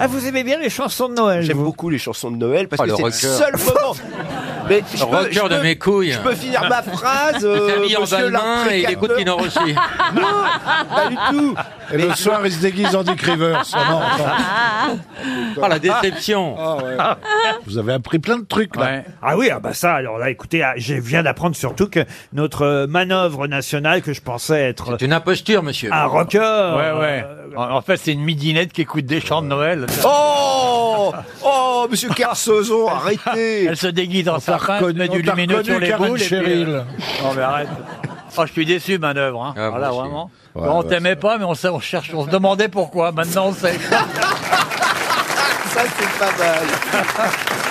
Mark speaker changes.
Speaker 1: Ah, vous aimez bien les chansons de Noël
Speaker 2: J'aime
Speaker 1: vous
Speaker 2: beaucoup les chansons de Noël parce
Speaker 3: Oh,
Speaker 2: que
Speaker 3: le
Speaker 2: c'est le
Speaker 3: rocker.
Speaker 2: seul moment. Mais je peux-
Speaker 3: Rocker
Speaker 2: je
Speaker 3: de
Speaker 2: peux-
Speaker 3: mes couilles.
Speaker 2: Je peux finir ma phrase.
Speaker 3: Il
Speaker 2: euh,
Speaker 3: s'habille en
Speaker 2: monsieur
Speaker 3: allemand et il écoute
Speaker 2: l'imprécateur.
Speaker 3: Tino Rossi.
Speaker 2: Non, pas du tout.
Speaker 4: Et le soir, il se déguise en Dick Rivers. Ah non, attends.
Speaker 3: Ah, la déception.
Speaker 2: Oh.
Speaker 4: Ah ouais. Vous avez appris plein de trucs, là.
Speaker 1: Ah oui, ah bah ça, alors là, écoutez, ah, je viens d'apprendre surtout que notre euh, manœuvre nationale, que je pensais être
Speaker 3: C'est une imposture, monsieur.
Speaker 1: un rocker,
Speaker 5: Ouais, ouais.
Speaker 1: euh,
Speaker 5: En, en fait, c'est une midinette qui écoute des chants de Noël.
Speaker 2: Oh, oh, monsieur Carsozon, arrêtez.
Speaker 5: Elle se déguise en sapin, elle met
Speaker 4: on
Speaker 5: du
Speaker 4: t'a
Speaker 5: lumineux sur
Speaker 4: reconnu,
Speaker 5: les
Speaker 4: Karen
Speaker 5: boules. et puis,
Speaker 4: Cheryl.
Speaker 5: euh, Non, mais arrête. Oh, je suis déçu, manœuvre. Hein.
Speaker 3: Ah, moi
Speaker 5: voilà,
Speaker 3: aussi.
Speaker 5: vraiment.
Speaker 4: Ouais,
Speaker 5: Bon, on
Speaker 4: ouais,
Speaker 5: t'aimait pas, mais on, sait- on cherche, on se demandait pourquoi. Maintenant, on sait.
Speaker 2: Ça, c'est pas mal.